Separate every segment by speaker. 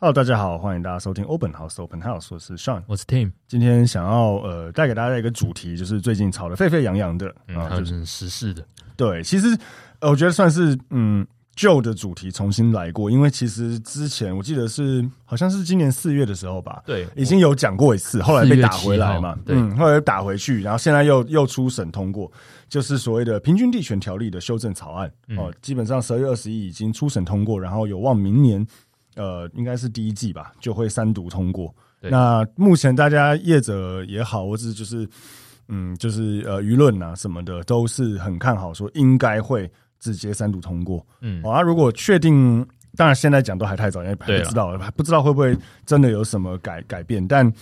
Speaker 1: Hello，大家好，欢迎大家收听 Open House Open House，我是 Sean。
Speaker 2: 我是 Tim，
Speaker 1: 今天想要呃带给大家一个主题，就是最近炒得沸沸扬扬的
Speaker 2: 嗯，
Speaker 1: 啊，
Speaker 2: 他
Speaker 1: 就是
Speaker 2: 是时事的，
Speaker 1: 对，其实呃我觉得算是嗯旧的主题重新来过，因为其实之前我记得是好像是今年四月的时候吧，
Speaker 2: 对
Speaker 1: 已经有讲过一次，后来被打回来嘛
Speaker 2: 4月7号，对
Speaker 1: 嗯，后来又打回去，然后现在又又初审通过，就是所谓的《平均地权条例》的修正草案
Speaker 2: 嗯
Speaker 1: 哦、基本上十二月二十一已经初审通过，然后有望明年呃应该是第一季吧就会三读通过。
Speaker 2: 对
Speaker 1: 那目前大家业者也好，或者就是嗯，就是呃舆论啊什么的，都是很看好，说应该会直接三读通过。
Speaker 2: 嗯
Speaker 1: 好、啊，如果确定，当然现在讲都还太早，因为还
Speaker 2: 对啊
Speaker 1: 不
Speaker 2: 啦
Speaker 1: 知道，还不知道会不会真的有什么改改变。但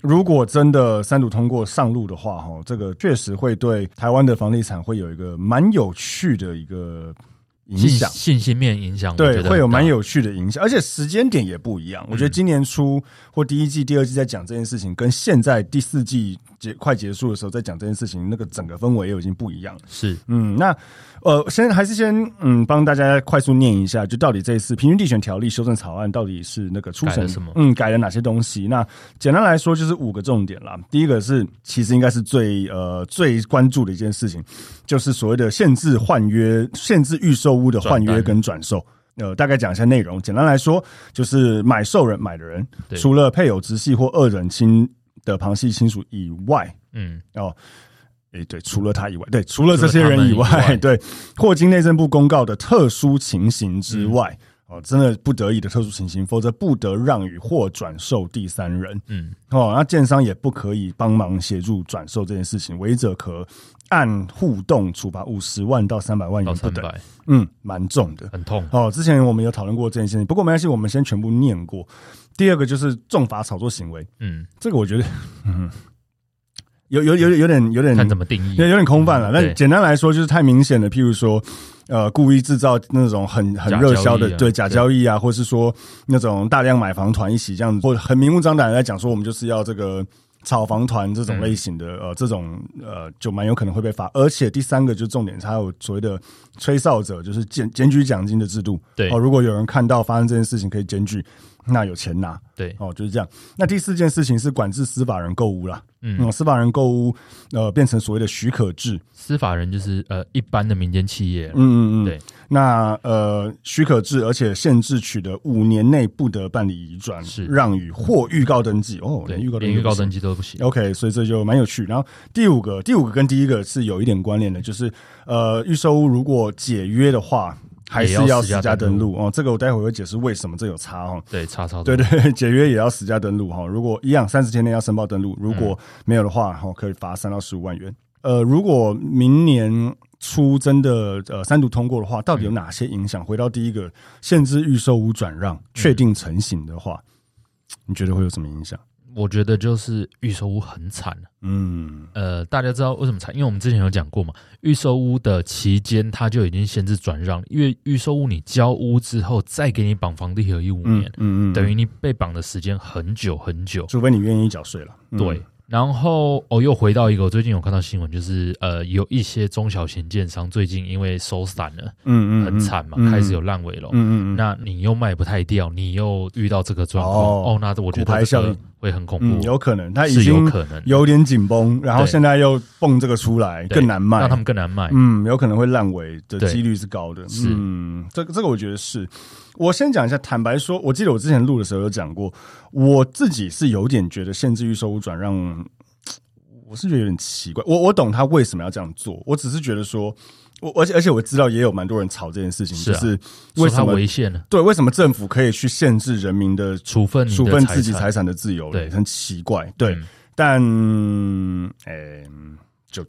Speaker 1: 如果真的三读通过上路的话，哈，这个确实会对台湾的房地产会有一个蛮有趣的一个影
Speaker 2: 信
Speaker 1: 响。
Speaker 2: 信息面影响，我
Speaker 1: 对
Speaker 2: 觉，得
Speaker 1: 会有
Speaker 2: 很大嗯
Speaker 1: 蛮，有趣的影响，而且时间点也不一样。我觉得今年初或第一季、第二季在讲这件事情，跟现在第四季结快结束的时候在讲这件事情，那个整个氛围又已经不一样了。
Speaker 2: 是
Speaker 1: 嗯，那呃，先还是先嗯，帮大家快速念一下，就到底这一次《平均地权条例》修正草案到底是那个初
Speaker 2: 改
Speaker 1: 审
Speaker 2: 了什么
Speaker 1: 嗯，改了哪些东西？那简单来说就是五个重点啦。第一个是，其实应该是最呃最关注的一件事情，就是所谓的限制换约、限制预售屋的换约
Speaker 2: 转单
Speaker 1: 跟转售。呃，大概讲一下内容。简单来说，就是买受人买的人，
Speaker 2: 对
Speaker 1: 除了配偶、直系或二人亲的旁系亲属以外，
Speaker 2: 嗯，
Speaker 1: 哦，诶，对，除了他以外，对，除了这些
Speaker 2: 除了他
Speaker 1: 人
Speaker 2: 们
Speaker 1: 以外，
Speaker 2: 以外
Speaker 1: 对，或经内政部公告的特殊情形之
Speaker 2: 嗯
Speaker 1: 外，哦，真的不得已的特殊情形，否则不得让与或转售第三人。
Speaker 2: 嗯，
Speaker 1: 哦，那建商也不可以帮忙协助转售这件事情，违者可按互动处罚五十万到三百万
Speaker 2: 到
Speaker 1: 元不
Speaker 2: 三
Speaker 1: 等。
Speaker 2: 百，
Speaker 1: 嗯，蛮重的。
Speaker 2: 很痛，
Speaker 1: 哦，之前我们有讨论过这件事情，不过没关系，我们先全部念过。第二个就是重罚炒作行为，
Speaker 2: 嗯，
Speaker 1: 这个我觉得，嗯， 有有有有点有点
Speaker 2: 看怎么定义，
Speaker 1: 有有点空泛了。
Speaker 2: 嗯
Speaker 1: 但
Speaker 2: 对
Speaker 1: 简单来说，就是太明显了。譬如说，呃，故意制造那种很很
Speaker 2: 假
Speaker 1: 热销的
Speaker 2: 交易啊
Speaker 1: 对假
Speaker 2: 对
Speaker 1: 交易啊，或是说那种大量买房团一起这样子，或者很明目张胆地来讲说，我们就是要这个。炒房团这种类型的，
Speaker 2: 嗯
Speaker 1: 呃，这种呃，就蛮有可能会被罚。而且第三个就是重点，它有所谓的吹哨者，就是检检举奖金的制度。
Speaker 2: 对
Speaker 1: 哦，如果有人看到发生这件事情可以检举，那有钱拿。
Speaker 2: 对，
Speaker 1: 哦，就是这样。那第四件事情是管制司法人购物啦。
Speaker 2: 嗯
Speaker 1: 嗯，司法人购物呃变成所谓的许可制。
Speaker 2: 司法人就是呃一般的民间企业，
Speaker 1: 嗯嗯嗯。
Speaker 2: 对。
Speaker 1: 那呃许可制，而且限制取得五年内不得办理移转、
Speaker 2: 是
Speaker 1: 让与或预告登记。哦，
Speaker 2: 对，
Speaker 1: 连预告登
Speaker 2: 连
Speaker 1: 记
Speaker 2: 预
Speaker 1: 都
Speaker 2: 告
Speaker 1: 不行。哦
Speaker 2: 登记都不行，
Speaker 1: OK，所以这就蛮有趣。然后第五个，第五个跟第一个是有一点关联的，就是呃，预售屋如果解约的话，还是
Speaker 2: 也要
Speaker 1: 实
Speaker 2: 实
Speaker 1: 价
Speaker 2: 价
Speaker 1: 登
Speaker 2: 登
Speaker 1: 录哦。这个我待会会解释为什么这有差哦。
Speaker 2: 对，差超
Speaker 1: 对
Speaker 2: 多，
Speaker 1: 对， 解约也要实价登录哈。如果一样，三十天内要申报登录，如
Speaker 2: 嗯
Speaker 1: 果没有的话，哈，可以罚三到十五万元。呃，如果明年初真的呃三读通过的话，到底
Speaker 2: 嗯
Speaker 1: 有哪些影响？回到第一个，限制预售无转
Speaker 2: 嗯
Speaker 1: 让确定成型的话，你觉得会有什么影响？
Speaker 2: 我觉得就是预售屋很惨，啊
Speaker 1: 嗯，
Speaker 2: 呃，大家知道为什么惨？因为我们之前有讲过嘛，预售屋的期间它就已经限制转让，因为预售屋你交屋之后再给你绑房地合一五
Speaker 1: 嗯
Speaker 2: 年，
Speaker 1: 嗯嗯，
Speaker 2: 等于你被绑的时间很久很久，
Speaker 1: 除非你愿意缴税了。嗯
Speaker 2: 对，，然后哦，又回到一个，我最近有看到新闻，就是呃，有一些中小型建商最近因为收散了，
Speaker 1: 嗯嗯，
Speaker 2: 很惨嘛，
Speaker 1: 嗯
Speaker 2: 开始有，烂尾楼。
Speaker 1: 嗯嗯嗯，
Speaker 2: 那你又卖不太掉，你又遇到这个状况，
Speaker 1: 哦
Speaker 2: 哦那我觉
Speaker 1: 骨牌
Speaker 2: 得这
Speaker 1: 效
Speaker 2: 个
Speaker 1: 应
Speaker 2: 会很恐
Speaker 1: 嗯
Speaker 2: 怖，
Speaker 1: 有可能他已
Speaker 2: 是有
Speaker 1: 经
Speaker 2: 可能
Speaker 1: 有点紧绷，然后
Speaker 2: 对
Speaker 1: 现在又蹦这个出来，
Speaker 2: 对
Speaker 1: 更难卖，
Speaker 2: 让他们更难卖。
Speaker 1: 嗯，有可能会烂尾的
Speaker 2: 对
Speaker 1: 几率是高的。
Speaker 2: 是
Speaker 1: 嗯，这个这个我觉得是。我先讲一下，坦白说，我记得我之前录的时候有讲过，我自己是有点觉得限制预售屋转让，我是觉得有点奇怪。我我懂他为什么要这样做，我只是觉得说，我而且而且我知道也有蛮多人吵这件事情，
Speaker 2: 是啊
Speaker 1: 就是为
Speaker 2: 说
Speaker 1: 什
Speaker 2: 它
Speaker 1: 么
Speaker 2: 违宪了，
Speaker 1: 对为什么政府可以去限制人民的
Speaker 2: 处分你的
Speaker 1: 处分自己
Speaker 2: 财
Speaker 1: 财
Speaker 2: 产
Speaker 1: 产的自由，
Speaker 2: 对
Speaker 1: 很奇怪，对，
Speaker 2: 嗯
Speaker 1: 但诶、就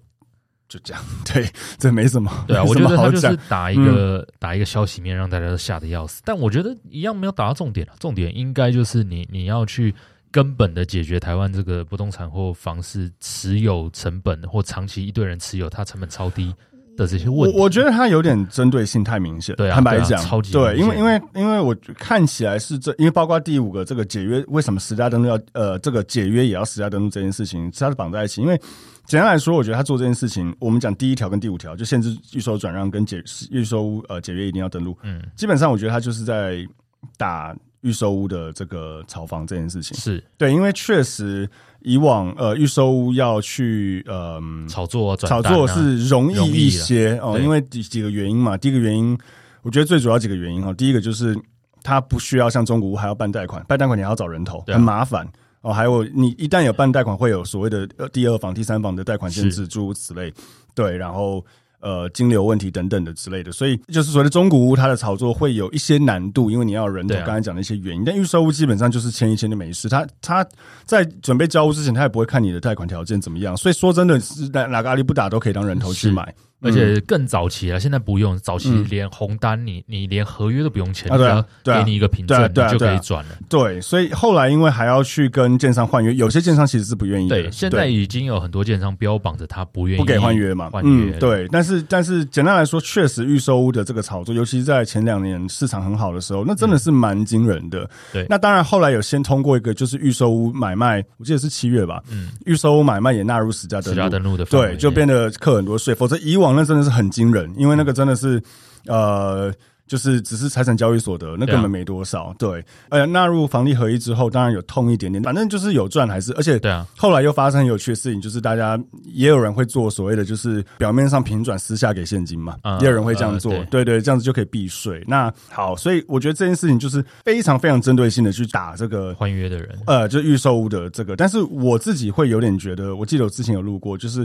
Speaker 1: 就这样， 对，这没什么，
Speaker 2: 对 啊，
Speaker 1: 没
Speaker 2: 我
Speaker 1: 什
Speaker 2: 觉
Speaker 1: 么
Speaker 2: 得他
Speaker 1: 好
Speaker 2: 就是
Speaker 1: 讲，嗯
Speaker 2: 打一个、打一个消息面，让大家都吓得要死。但我觉得一样没有打到重点啊，重点应该就是你你要去根本的解决台湾这个不动产或房市持有成本，或长期一堆人持有，它成本超低的这些问
Speaker 1: 我
Speaker 2: 题。
Speaker 1: 我觉得他有点针对性太明显，
Speaker 2: 对啊
Speaker 1: 坦白
Speaker 2: 对啊
Speaker 1: 讲，
Speaker 2: 超级
Speaker 1: 对，因为
Speaker 2: 明
Speaker 1: 因
Speaker 2: 显
Speaker 1: 为因为我看起来是这，因为包括第五个这个解约，为什么实价登录要呃这个解约也要实价登录这件事情，它是绑在一起，因为。简单来说，我觉得他做这件事情，我们讲第一条跟第五条，就限制预售转让跟解预售屋呃解约一定要登录。
Speaker 2: 嗯，
Speaker 1: 基本上，我觉得他就是在打预售屋的这个炒房这件事情。
Speaker 2: 是
Speaker 1: 对，因为确实以往呃预售屋要去嗯、
Speaker 2: 炒作啊，
Speaker 1: 炒
Speaker 2: 转单啊
Speaker 1: 作是容易
Speaker 2: 容易
Speaker 1: 一些哦，
Speaker 2: 对
Speaker 1: 因为几几个原因嘛。第一个原因，我觉得最主要几个原因哦。第一个就是它不需要像中古屋还要办贷款，办贷款你还要找人头，
Speaker 2: 对啊
Speaker 1: 很麻烦哦。还有你一旦有办贷款，会有所谓的呃第二房、第三房的贷款限制，诸如此类。对，然后。呃，金流问题等等的之类的，所以就是所谓的中古屋，它的炒作会有一些难度，因为你要有人头，
Speaker 2: 对啊
Speaker 1: 刚才讲的一些原因。但预售屋基本上就是签一签就没事，它它在准备交屋之前，他也不会看你的贷款条件怎么样。所以说真的是哪哪个阿里不打都可以当人头去
Speaker 2: 是
Speaker 1: 买
Speaker 2: 而
Speaker 1: 嗯
Speaker 2: 且更早期啊了，现在不用，早期连红单你你连合约都不用签，
Speaker 1: 啊对啊
Speaker 2: 你只
Speaker 1: 对
Speaker 2: 要
Speaker 1: 啊
Speaker 2: 给你一个凭
Speaker 1: 对
Speaker 2: 证，
Speaker 1: 啊
Speaker 2: 你
Speaker 1: 对啊
Speaker 2: 就
Speaker 1: 对
Speaker 2: 可
Speaker 1: 啊
Speaker 2: 以转了。
Speaker 1: 对，所以后来因为还要去跟建商换约，有些建商其实是不愿意的。
Speaker 2: 对，现在已经有很多建商标榜着他不愿意
Speaker 1: 不给换约嘛，
Speaker 2: 换
Speaker 1: 嗯，
Speaker 2: 约
Speaker 1: 对。但是但是简单来说，确实预售屋的这个炒作，尤其是在前两年市场很好的时候，那真的是蛮惊人的。
Speaker 2: 对
Speaker 1: 那当然后来有先通过一个就是预售屋买卖，我记得是七月吧，
Speaker 2: 嗯，
Speaker 1: 预售屋买卖也纳入实价
Speaker 2: 私
Speaker 1: 登
Speaker 2: 家
Speaker 1: 录，
Speaker 2: 登录的范围
Speaker 1: 对，就变得课很多税，否则以往那真的是很惊人，因为那个真的是呃。就是只是财产交易所得，那
Speaker 2: 对啊啊
Speaker 1: 根本没多少。对，呃，纳入房地合一之后，当然有痛一点点，反正就是有赚还是，而且
Speaker 2: 对啊，
Speaker 1: 后来又发生很有趣的事情，就是大家也有人会做所谓的，就是表面上平转，私下给现金嘛，
Speaker 2: 嗯
Speaker 1: 也有人会这样做，
Speaker 2: 嗯
Speaker 1: 对对，这样子就可以避税。那好，所以我觉得这件事情就是非常非常针对性的去打这个
Speaker 2: 换约的人
Speaker 1: 呃，就预售屋的这个，但是我自己会有点觉得，我记得我之前有录过，就是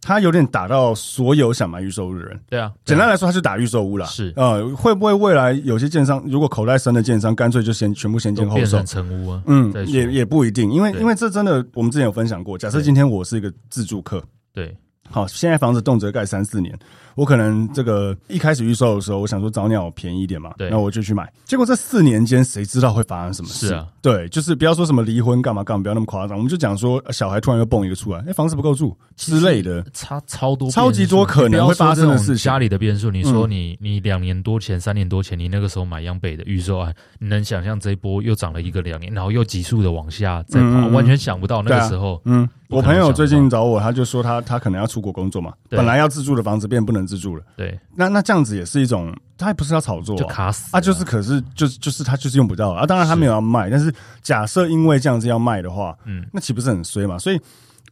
Speaker 1: 他有点打到所有想买预售屋的人。
Speaker 2: 对啊，
Speaker 1: 简
Speaker 2: 对啊
Speaker 1: 单来说，他就打预售屋啦。
Speaker 2: 是
Speaker 1: 呃，会不会未来有些建商如果口袋深的建商，干脆就先全部先进
Speaker 2: 都
Speaker 1: 后
Speaker 2: 变
Speaker 1: 售
Speaker 2: 成？成屋啊，
Speaker 1: 嗯
Speaker 2: 再，说
Speaker 1: 也也不一定，因为
Speaker 2: 对
Speaker 1: 因为这真的，我们之前有分享过。假设
Speaker 2: 对
Speaker 1: 今天我是一个自住客，
Speaker 2: 对，
Speaker 1: 好，现在房子动辄盖三四年，我可能这个一开始预售的时候，我想说早鸟便宜一点嘛，
Speaker 2: 对
Speaker 1: 那我就去买。结果这四年间，谁知道会发生什么事？
Speaker 2: 是啊，
Speaker 1: 对，就是不要说什么离婚干嘛干嘛，不要那么夸张，我们就讲说呃小孩突然又蹦一个出来，哎、房子不够住之类的，
Speaker 2: 差超多变数，啊
Speaker 1: 超级多可能
Speaker 2: 你不要
Speaker 1: 会发生的
Speaker 2: 说这种
Speaker 1: 事情嗯
Speaker 2: 家里的变数，你说你你两年多前、三年多前，你那个时候买央北的预售案，你能想象这一波又涨了一个两年，然后又急速的往下再
Speaker 1: 嗯
Speaker 2: 跑，
Speaker 1: 嗯嗯
Speaker 2: 完全想不到那
Speaker 1: 对啊
Speaker 2: 个时候。
Speaker 1: 嗯，
Speaker 2: 不
Speaker 1: 我
Speaker 2: 可能
Speaker 1: 朋友最
Speaker 2: 想
Speaker 1: 近找我，他就说他他可能要出国工作嘛，
Speaker 2: 对
Speaker 1: 本来要自住的房子变不能自住了，
Speaker 2: 对，
Speaker 1: 那那这样子也是一种，他也不是要炒作、
Speaker 2: 就
Speaker 1: 啊。
Speaker 2: 卡死
Speaker 1: 啊，
Speaker 2: 了
Speaker 1: 就是，可是就是就是他就是用不到啊，当然他没有要卖，但是假设因为这样子要卖的话，
Speaker 2: 嗯，
Speaker 1: 那岂不是很衰嘛？所以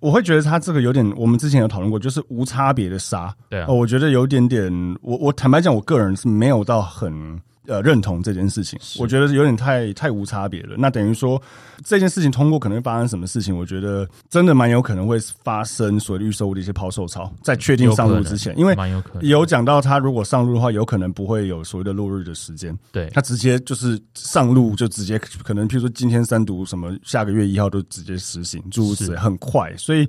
Speaker 1: 我会觉得他这个有点，我们之前有讨论过，就是无差别的杀。
Speaker 2: 对啊
Speaker 1: 哦，，我觉得有点点，我我坦白讲，我个人是没有到很。呃，认同这件事情，我觉得有点太太无差别了。那等于说，这件事情通过可能会发生什么事情？我觉得真的蛮有可能会发生所谓的预售物的一些抛售潮，在确定上路之前，因为
Speaker 2: 蛮有可能
Speaker 1: 有讲到他如果上路的话，有可能不会有所谓的落日的时间，
Speaker 2: 对
Speaker 1: 他直接就是上路就直接可能，譬如说今天三读什么，下个月一号都直接实行，诸如此类，
Speaker 2: 是
Speaker 1: 很快。所以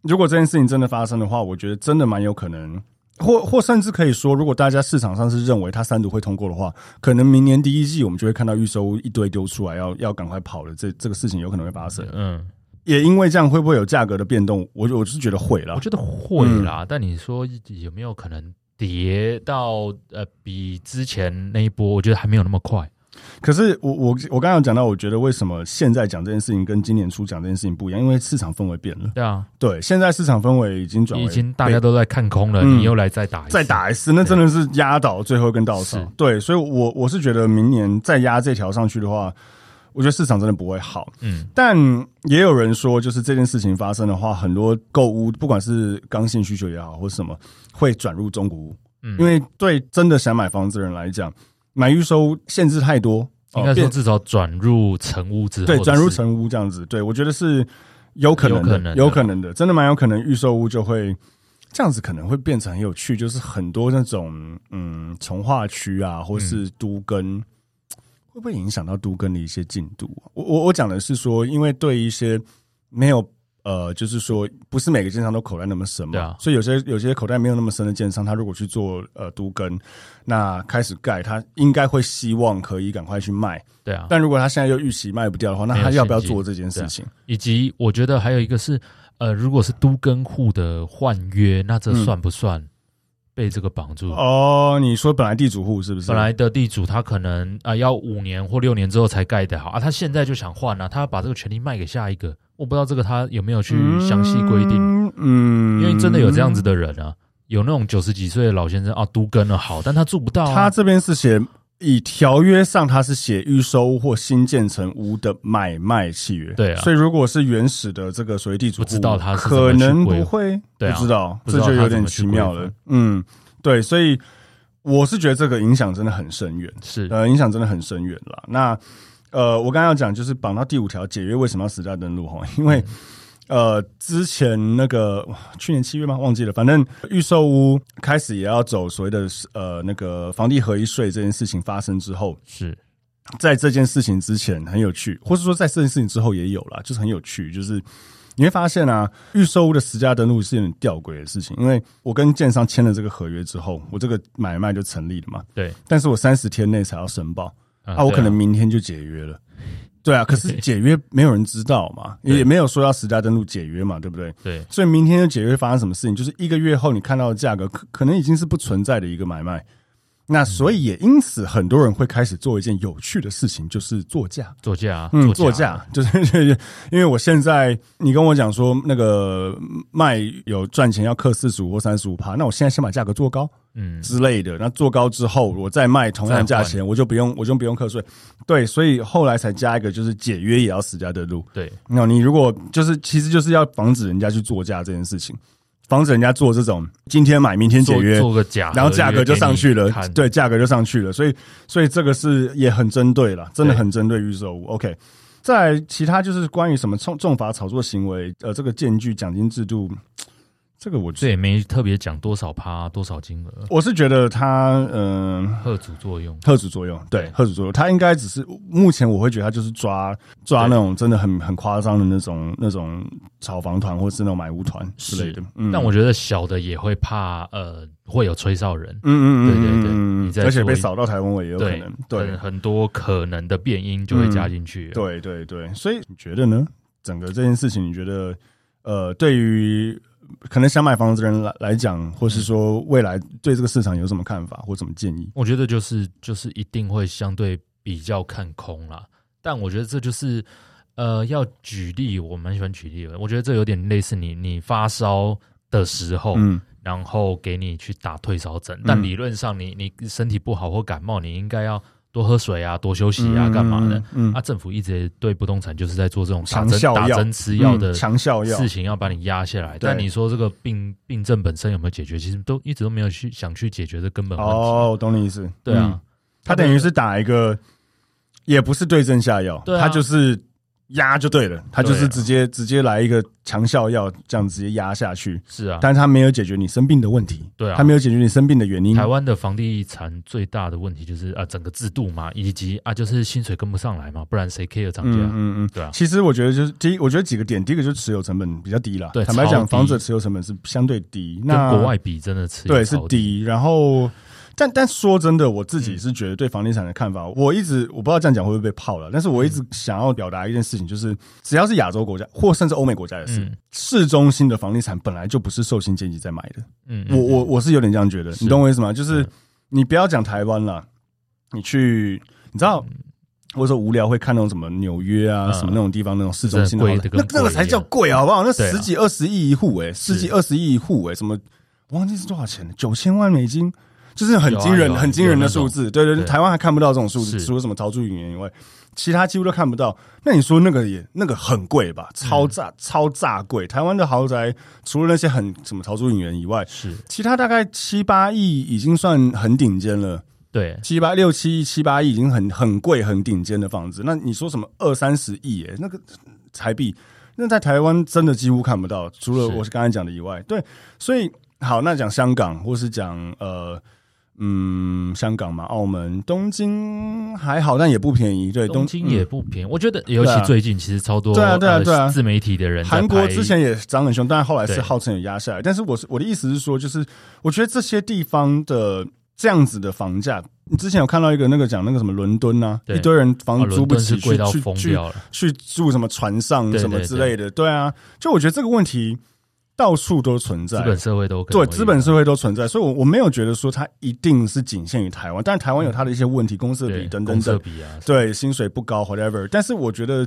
Speaker 1: 如果这件事情真的发生的话，我觉得真的蛮有可能。或或甚至可以说，如果大家市场上是认为它三读会通过的话，可能明年第一季我们就会看到预售屋一堆丢出来，要要赶快跑了。这这个事情有可能会发生，
Speaker 2: 嗯，
Speaker 1: 也因为这样会不会有价格的变动？我我是觉得会啦
Speaker 2: 我。觉得会
Speaker 1: 嗯
Speaker 2: 啦，但你说有没有可能跌到呃比之前那一波，我觉得还没有那么快。
Speaker 1: 可是我我我刚刚有讲到，我觉得为什么现在讲这件事情跟今年初讲这件事情不一样？因为市场氛围变了。
Speaker 2: 对啊，
Speaker 1: 对，现在市场氛围已经转为
Speaker 2: 已经大家都在看空了，
Speaker 1: 嗯
Speaker 2: 你又来再打一次
Speaker 1: 再，打一次，那真的是压倒最后一根稻草
Speaker 2: 是。
Speaker 1: 对，所以我我是觉得明年再压这条上去的话，我觉得市场真的不会好。
Speaker 2: 嗯，
Speaker 1: 但也有人说，就是这件事情发生的话，很多购物，不管是刚性需求也好，或是什么，会转入中古屋，
Speaker 2: 嗯
Speaker 1: 因为对真的想买房子的人来讲，买预售限制太多，
Speaker 2: 应
Speaker 1: 哦
Speaker 2: 该说
Speaker 1: 变
Speaker 2: 至少转入成屋之后的
Speaker 1: 对
Speaker 2: 事，
Speaker 1: 转入成屋这样子。对我觉得是有可能
Speaker 2: 有可
Speaker 1: 的，
Speaker 2: 能的
Speaker 1: 有可能的，真的蛮有可能预售屋就会。这样子可能会变成很有趣，就是很多那种嗯从化区啊，或
Speaker 2: 嗯
Speaker 1: 是都跟，会不会影响到都跟的一些进度啊、我我我讲的是说，因为对一些没有呃，就是说不是每个建商都口袋那么深嘛，
Speaker 2: 对啊
Speaker 1: 所以有些有些口袋没有那么深的建商，他如果去做呃都跟，那开始盖，他应该会希望可以赶快去卖。
Speaker 2: 对啊，
Speaker 1: 但如果他现在又预期卖不掉的话，那
Speaker 2: 没有
Speaker 1: 他要不要
Speaker 2: 现金
Speaker 1: 做这件事情？
Speaker 2: 以及我觉得还有一个是，呃，如果是都跟户的换约，那这算不算被这个绑住。
Speaker 1: 嗯哦，你说本来地主户是不是？
Speaker 2: 本来的地主他可能啊、要五年或六年之后才盖得好啊，他现在就想换啊，他要把这个权利卖给下一个。我不知道这个他有没有去
Speaker 1: 嗯
Speaker 2: 详细规定，
Speaker 1: 定，嗯
Speaker 2: 因为真的有这样子，的人啊，有那种九十几岁的老先生啊，都跟了好，但他做不到、
Speaker 1: 他
Speaker 2: 啊。
Speaker 1: 这边是写。以条约上，它是写预收屋或新建成屋的买卖契约。
Speaker 2: 对啊
Speaker 1: 所以如果是原始的这个所谓地主户，
Speaker 2: 不知道他是怎么
Speaker 1: 可
Speaker 2: 去
Speaker 1: 能
Speaker 2: 规
Speaker 1: 不会，
Speaker 2: 对啊
Speaker 1: 不知道，
Speaker 2: 不知道
Speaker 1: 这就
Speaker 2: 他
Speaker 1: 有
Speaker 2: 怎
Speaker 1: 点
Speaker 2: 么
Speaker 1: 奇
Speaker 2: 去规
Speaker 1: 妙
Speaker 2: 范
Speaker 1: 了。嗯，对，所以我是觉得这个影响真的很深远。
Speaker 2: 是
Speaker 1: 呃，影响真的很深远了。那呃，我刚刚要讲就是绑到第五条解约为什么要实价登录哈，因为、呃之前那个哇去年七月吗？忘记了，反正预售屋开始也要走所谓的呃那个房地合一税这件事情发生之后，
Speaker 2: 是，
Speaker 1: 在这件事情之前很有趣，或是说在这件事情之后也有啦，就是很有趣，就是。你会发现啊，预售屋的实价登录是有点吊诡的事情，因为我跟建商签了这个合约之后，我这个买卖就成立了嘛。
Speaker 2: 对
Speaker 1: 但是我三十天内才要申报
Speaker 2: 啊
Speaker 1: 啊，我
Speaker 2: 对
Speaker 1: 可能明天就解约了。对啊，可是解约没有人知道嘛，也没有说要实价登录解约嘛，对不对？
Speaker 2: 对
Speaker 1: 所以明天就解约发生什么事情，就是一个月后你看到的价格可可能已经是不存在的一个买卖。那所以也因此，很多人会开始做一件有趣的事情，就是作价。
Speaker 2: 作价，啊
Speaker 1: 嗯，
Speaker 2: 作
Speaker 1: 作
Speaker 2: 价
Speaker 1: 价 就是因为我现在你跟我讲说那个卖有赚钱要克四十五或三十五趴，那我现在先把价格做高，
Speaker 2: 嗯，
Speaker 1: 之类的。那做高之后，我再卖同样的价
Speaker 2: 再
Speaker 1: 钱，我就不用我就不用课税。对，所以后来才加一个，就是解约也要实价登录。
Speaker 2: 对
Speaker 1: 那你如果就是其实就是要防止人家去作价这件事情，防止人家做这种今天买明天解
Speaker 2: 做
Speaker 1: 约。
Speaker 2: 做个假合约给你看，
Speaker 1: 然后价格就上去了，对，价格就上去了，所以所以这个是也很针对了，真的
Speaker 2: 对
Speaker 1: 很针对预售屋。OK，再来其他就是关于什么重重罚炒作行为，呃，这个间距奖金制度，这个我
Speaker 2: 这也没特别讲多少趴多少金额，
Speaker 1: 我是觉得它，嗯、
Speaker 2: 贺主作用。
Speaker 1: 特殊作用，对
Speaker 2: 对
Speaker 1: 特殊作用，它应该只是目前我会觉得它就是抓抓
Speaker 2: 对
Speaker 1: 那种真的很很夸张的那种那种炒房团或是那种买屋团之类的
Speaker 2: 是。
Speaker 1: 嗯，
Speaker 2: 但我觉得小的也会怕，呃，会有吹哨人，
Speaker 1: 嗯嗯嗯
Speaker 2: 对对对
Speaker 1: 嗯嗯
Speaker 2: 你再
Speaker 1: 而且
Speaker 2: 说
Speaker 1: 被
Speaker 2: 一
Speaker 1: 扫到台湾尾也有可
Speaker 2: 对
Speaker 1: 能，
Speaker 2: 很
Speaker 1: 对嗯
Speaker 2: 很多可能的变音就会加进去、，
Speaker 1: 对对对，所以你觉得呢？整个这件事情，你觉得呃，对于可能想买房子的人来来讲，或
Speaker 2: 嗯
Speaker 1: 是说未来对这个市场有什么看法或什么建议？
Speaker 2: 我觉得就是就是一定会相对比较看空啦。但我觉得这就是呃，要举例，我蛮喜欢举例的。我觉得这有点类似你你发烧的时候，
Speaker 1: 嗯
Speaker 2: 然后给你去打退烧针。但理论上你，你身体不好或感冒，你应该要多喝水啊，多休息啊，干嘛的？？
Speaker 1: 嗯，
Speaker 2: 啊，政府一直对不动产就是在做这种打
Speaker 1: 强
Speaker 2: 针、
Speaker 1: 效
Speaker 2: 打
Speaker 1: 药
Speaker 2: 针吃药的
Speaker 1: 嗯强效药
Speaker 2: 事情，要把你压下来。
Speaker 1: 对
Speaker 2: 但你说这个病病症本身有没有解决？其实都一直都没有去想去解决这根本问题。
Speaker 1: 哦，我懂你意思。
Speaker 2: 对
Speaker 1: 嗯
Speaker 2: 啊，
Speaker 1: 他等于是打一个，也不是对症下药，
Speaker 2: 对啊
Speaker 1: 他就是压就对了，他就是
Speaker 2: 对啊
Speaker 1: 直接直接来一个强效药，这样直接压下去，
Speaker 2: 是啊，
Speaker 1: 但是他没有解决你生病的问题，
Speaker 2: 对啊
Speaker 1: 他没有解决你生病的原因
Speaker 2: 台。湾的房地产最大的问题就是啊，整个制度嘛，以及啊，就是薪水跟不上来嘛，不然谁 care 涨价？
Speaker 1: 嗯嗯嗯，
Speaker 2: 对啊
Speaker 1: 其实我觉得就是第一，我觉得几个点，第一个就是持有成本比较低啦。
Speaker 2: 对
Speaker 1: 坦白讲，
Speaker 2: 超低
Speaker 1: 房子的持有成本是相对低，
Speaker 2: 跟
Speaker 1: 那
Speaker 2: 国外比，真的吃
Speaker 1: 对是低。然后，但但说真的，我自
Speaker 2: 嗯
Speaker 1: 己是觉得对房地产的看法，我一直我不知道这样讲会不会被泡了，但是我一直
Speaker 2: 嗯
Speaker 1: 想要表达一件事情，就是只要是亚洲国家或甚至欧美国家也是，
Speaker 2: 嗯
Speaker 1: 市中心的房地产本来就不是受薪阶级在买的，
Speaker 2: 嗯，
Speaker 1: 我我我是有点这样觉得，
Speaker 2: 是
Speaker 1: 你懂我意思吗？就是你不要讲台湾啦，你去你知道。我说无聊会看那种什么纽约啊，
Speaker 2: 嗯
Speaker 1: 什么那种地方那种市中心的
Speaker 2: 真的
Speaker 1: 豪宅
Speaker 2: 贵得
Speaker 1: 那那个
Speaker 2: 跟鬼一
Speaker 1: 才叫
Speaker 2: 样
Speaker 1: 贵好不好？那
Speaker 2: 对啊
Speaker 1: 十几二十亿一户哎，十几
Speaker 2: 是
Speaker 1: 二十亿一户哎，什么我忘记是多少钱了，九千万美金，就是很
Speaker 2: 有啊
Speaker 1: 惊人、
Speaker 2: 有啊
Speaker 1: 很惊人
Speaker 2: 有
Speaker 1: 的
Speaker 2: 那种
Speaker 1: 数字。对对对，
Speaker 2: 对
Speaker 1: 台湾还看不到这种数字，
Speaker 2: 是
Speaker 1: 除了什么逃出云烟以外，其他几乎都看不到。那你说那个也那个很贵吧？超
Speaker 2: 嗯
Speaker 1: 炸、超炸贵！台湾的豪宅除了那些很什么逃出云烟以外，
Speaker 2: 是
Speaker 1: 其他大概七八亿已经算很顶尖了，
Speaker 2: 对
Speaker 1: 七八六七亿七八亿已经很很贵很顶尖的房子。那你说什么二三十亿？哎，那个台币，那在台湾真的几乎看不到，除了
Speaker 2: 是
Speaker 1: 我是刚才讲的以外，对。所以好，那讲香港或是讲呃。嗯，香港嘛，澳门、东京还好，但也不便宜。对，
Speaker 2: 东京也不便宜，我觉得尤其最近其实超多
Speaker 1: 嗯啊对啊对啊
Speaker 2: 呃
Speaker 1: 对啊
Speaker 2: 自媒体的人在
Speaker 1: 韩国
Speaker 2: 拍
Speaker 1: 之前也涨很凶，但后来是
Speaker 2: 对
Speaker 1: 号称有压下来。但是我是我的意思是说，就是我觉得这些地方的这样子的房价，你之前有看到一个那个讲那个什么伦敦啊，
Speaker 2: 对
Speaker 1: 一堆人
Speaker 2: 啊
Speaker 1: 房租
Speaker 2: 伦
Speaker 1: 不
Speaker 2: 敦
Speaker 1: 起
Speaker 2: 是贵
Speaker 1: 去
Speaker 2: 到
Speaker 1: 去
Speaker 2: 疯
Speaker 1: 去
Speaker 2: 掉了，
Speaker 1: 去住什么船上
Speaker 2: 对
Speaker 1: 什么
Speaker 2: 对
Speaker 1: 之类的，对啊，就我觉得这个问题。到处都存在
Speaker 2: 资，本社会都啊可能
Speaker 1: 对
Speaker 2: 会
Speaker 1: 资本社会都存在，所以我我没有觉得说它一定是仅限于台湾，但台湾有它的一些问题，公社
Speaker 2: 对
Speaker 1: 比等等
Speaker 2: 公社
Speaker 1: 等，
Speaker 2: 比啊，
Speaker 1: 对薪水不高，whatever。但是我觉得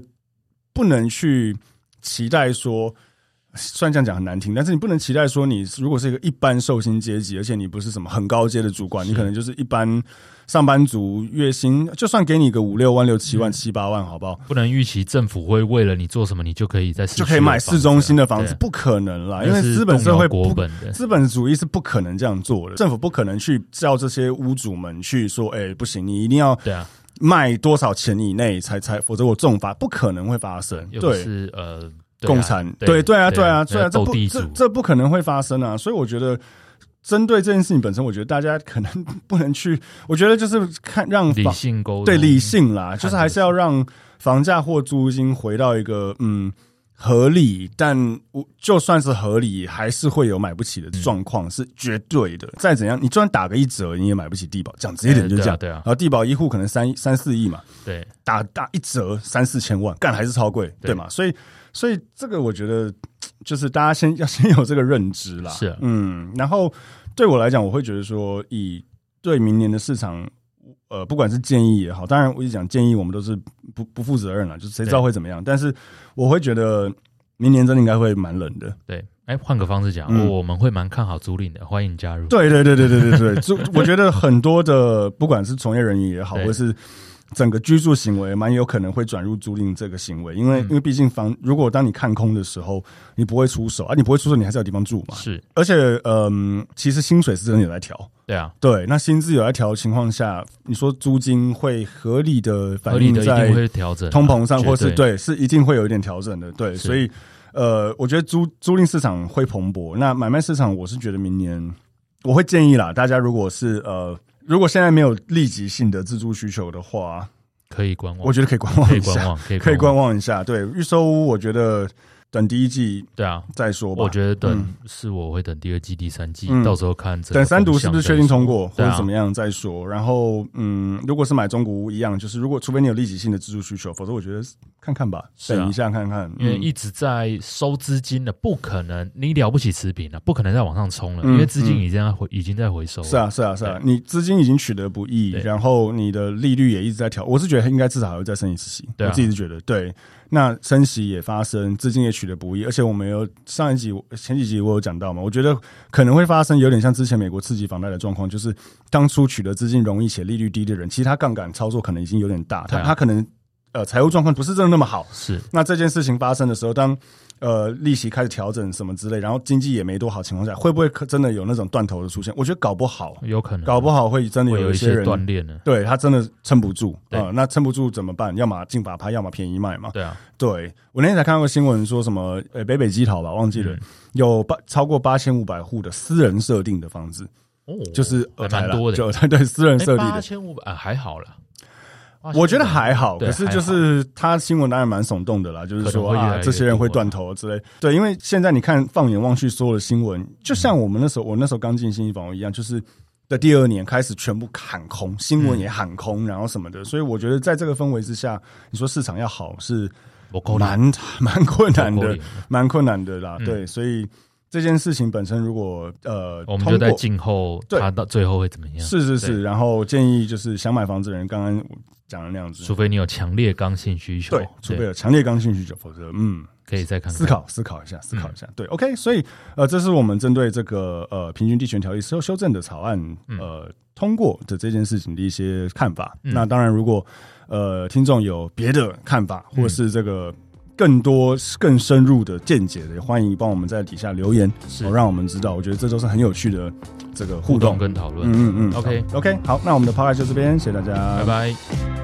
Speaker 1: 不能去期待说，虽然这样讲很难听，但是你不能期待说，你如果是一个一般受薪阶级，而且你不是什么很高阶的主管，你可能就是一般上班族，月薪就算给你个五六万、六七
Speaker 2: 嗯
Speaker 1: 万、七八万，好不好？
Speaker 2: 不能预期政府会为了你做什么，你就可以在市区
Speaker 1: 就可以买
Speaker 2: 有房子啊
Speaker 1: 市中心的房子，
Speaker 2: 对
Speaker 1: 不可能啦，
Speaker 2: 那
Speaker 1: 因为
Speaker 2: 是
Speaker 1: 资本社会
Speaker 2: 动摇国
Speaker 1: 不
Speaker 2: 本的，
Speaker 1: 资本主义是不可能这样做的，政府不可能去叫这些屋主们去说，哎、不行，你一定要
Speaker 2: 对啊，
Speaker 1: 卖多少钱以内才才，否则我重罚，不可能会发生。
Speaker 2: 又不
Speaker 1: 对，
Speaker 2: 是呃，对啊
Speaker 1: 共产，对
Speaker 2: 对
Speaker 1: 对啊，对啊，
Speaker 2: 对
Speaker 1: 对啊，这
Speaker 2: 斗
Speaker 1: 不
Speaker 2: 地主
Speaker 1: 这，这不可能会发生啊！所以我觉得。针对这件事情本身，我觉得大家可能不能去，我觉得就是看让
Speaker 2: 理
Speaker 1: 房
Speaker 2: 性沟通
Speaker 1: 对理性啦，就是
Speaker 2: 看
Speaker 1: 还
Speaker 2: 这
Speaker 1: 是
Speaker 2: 个
Speaker 1: 要让房价或租金回到一个嗯合理，但我就算是合理，还是会有买不起的
Speaker 2: 嗯
Speaker 1: 状况，是绝对的。再怎样，你就算打个一折，你也买不起地保，讲直接点就这样。
Speaker 2: 哎对啊对啊
Speaker 1: 然后地保一户可能三三四亿嘛，
Speaker 2: 对
Speaker 1: 打打一折三四千万，干还是超贵，
Speaker 2: 对
Speaker 1: 对嘛？所以所以这个我觉得就是大家先要 先有这个认知啦，
Speaker 2: 是啊
Speaker 1: 嗯，然后对我来讲，我会觉得说，以对明年的市场，呃，不管是建议也好，当然我一讲建议，我们都是不不负责任了，就是谁知道
Speaker 2: 对
Speaker 1: 会怎么样？但是我会觉得明年真的应该会蛮冷的，
Speaker 2: 对，哎，换个方式讲，
Speaker 1: 嗯
Speaker 2: 我们会蛮看好租赁的，欢迎加入。
Speaker 1: 对对对对对对对， 就我觉得很多的不管是从业人员也好，
Speaker 2: 对
Speaker 1: 或是整个居住行为，蛮有可能会转入租赁这个行为，因为、
Speaker 2: 嗯
Speaker 1: 因为毕竟房，如果当你看空的时候，你不会出手啊，你不会出手，你还是有地方住嘛。
Speaker 2: 是，
Speaker 1: 而且，嗯，其实薪水是真的有在调，
Speaker 2: 对啊，
Speaker 1: 对，那薪资有在调的情况下，你说租金会合理的
Speaker 2: 合
Speaker 1: 反
Speaker 2: 理
Speaker 1: 映
Speaker 2: 的一
Speaker 1: 在
Speaker 2: 定会调整啊，
Speaker 1: 通膨上，
Speaker 2: 绝
Speaker 1: 或是
Speaker 2: 对
Speaker 1: 对，是一定会有一点调整的，对，
Speaker 2: 是
Speaker 1: 所以呃，我觉得租租赁市场会蓬勃，那买卖市场，我是觉得明年我会建议啦，大家如果是呃，如果现在没有立即性的自住需求的话，
Speaker 2: 可以观望，
Speaker 1: 我觉得可以观望
Speaker 2: 可以
Speaker 1: 一
Speaker 2: 观
Speaker 1: 下，
Speaker 2: 望，可以
Speaker 1: 可以观
Speaker 2: 观望，
Speaker 1: 望一下，对，预售屋我觉得等第一季
Speaker 2: 对啊。
Speaker 1: 再说吧，
Speaker 2: 我觉得等
Speaker 1: 嗯
Speaker 2: 是我会等第二季、第三季
Speaker 1: 嗯，
Speaker 2: 到时候看整个
Speaker 1: 等三读
Speaker 2: 风
Speaker 1: 是
Speaker 2: 向
Speaker 1: 不是
Speaker 2: 再
Speaker 1: 确定
Speaker 2: 说
Speaker 1: 通过，或
Speaker 2: 对
Speaker 1: 者
Speaker 2: 啊
Speaker 1: 怎么样再说。然后，嗯，如果是买中古屋一样，就是如果除非你有立即性的自住需求，否则我觉得看看吧，
Speaker 2: 是啊
Speaker 1: 等一下看看。
Speaker 2: 因为
Speaker 1: 嗯
Speaker 2: 一直在收资金的，不可能你了不起持平了，不可能再往上冲了，
Speaker 1: 嗯
Speaker 2: 因为资金已经在回已经在回收了。
Speaker 1: 是啊，是啊，是啊，
Speaker 2: 对
Speaker 1: 你资金已经取得不易，
Speaker 2: 对
Speaker 1: 然后你的利率也一直在调，我是觉得应该至少还会再升一次息，
Speaker 2: 对啊
Speaker 1: 我自己是觉得对。那升息也发生，资金也取得不易，而且我们有上一集、前几集我有讲到嘛，我觉得可能会发生有点像之前美国刺激房贷的状况，就是当初取得资金容易且利率低的人，其实他杠杆操作可能已经有点大，他、
Speaker 2: 对啊
Speaker 1: 他可能呃财务状况不是真的那么好，
Speaker 2: 是，
Speaker 1: 那这件事情发生的时候，当呃利息开始调整什么之类，然后经济也没多好情况下，会不会可真的有那种断头的出现？我觉得搞不好，
Speaker 2: 有可能
Speaker 1: 搞不好会真的
Speaker 2: 嗯会有
Speaker 1: 一
Speaker 2: 一
Speaker 1: 些
Speaker 2: 些
Speaker 1: 人，
Speaker 2: 断裂呢。
Speaker 1: 对他真的撑不住
Speaker 2: 对
Speaker 1: 啊、呃那撑不住怎么办？要么进法拍，要么便宜卖嘛。
Speaker 2: 对啊，
Speaker 1: 对我那天才看到个新闻，说什么呃北北基桃吧，忘记了，
Speaker 2: 嗯
Speaker 1: 有八超过八千五百户的私人设定的房子，
Speaker 2: 哦，
Speaker 1: 就是二
Speaker 2: 还
Speaker 1: 胎
Speaker 2: 蛮
Speaker 1: 啦
Speaker 2: 多的，哎
Speaker 1: 就 对私人设定
Speaker 2: 八
Speaker 1: 的。
Speaker 2: 千五百啊，还好啦。
Speaker 1: 我觉得还好，
Speaker 2: 对
Speaker 1: 可是就是他新闻当然蛮耸动的啦，就是说
Speaker 2: 可能会越来
Speaker 1: 啊，
Speaker 2: 越
Speaker 1: 这些人会
Speaker 2: 多啊
Speaker 1: 断头之类。对，因为现在你看，放眼望去，所有的新闻，就像我们那时候，我那时候刚进新一房屋一样，就是在第二年开始全部喊空，新闻也喊空，然后什么的。所以我觉得在这个氛围之下，你说市场要好是
Speaker 2: 我够
Speaker 1: 蛮 蛮困难的，，蛮困难的啦。
Speaker 2: 嗯
Speaker 1: 对，所以这件事情本身，如果呃，
Speaker 2: 我们
Speaker 1: 通
Speaker 2: 就在
Speaker 1: 过
Speaker 2: 静候
Speaker 1: 对
Speaker 2: 它到最后会怎么样。
Speaker 1: 是是
Speaker 2: 对
Speaker 1: 是，然后建议就是想买房子的人，刚刚我讲的那样子，
Speaker 2: 除非你有强烈刚性需求，
Speaker 1: 对，除非有强烈刚性需求，否则嗯，
Speaker 2: 可以再看看
Speaker 1: 思。考思考一下，思考一下。对，OK，所以呃，这是我们针对这个呃平均地权条例修修正的草案呃通过的这件事情的一些看法。
Speaker 2: 嗯
Speaker 1: 那当然，如果呃听众有别的看法，或是这个。更多更深入的见解的，欢迎帮我们在底下留言，
Speaker 2: 是
Speaker 1: 哦让我们知道。我觉得这都是很有趣的这个互
Speaker 2: 互
Speaker 1: 动
Speaker 2: 动。跟讨论。
Speaker 1: 嗯嗯嗯
Speaker 2: OK
Speaker 1: OK，好，那我们的 p o d 就这边，谢谢大家，
Speaker 2: 拜拜。
Speaker 1: 拜。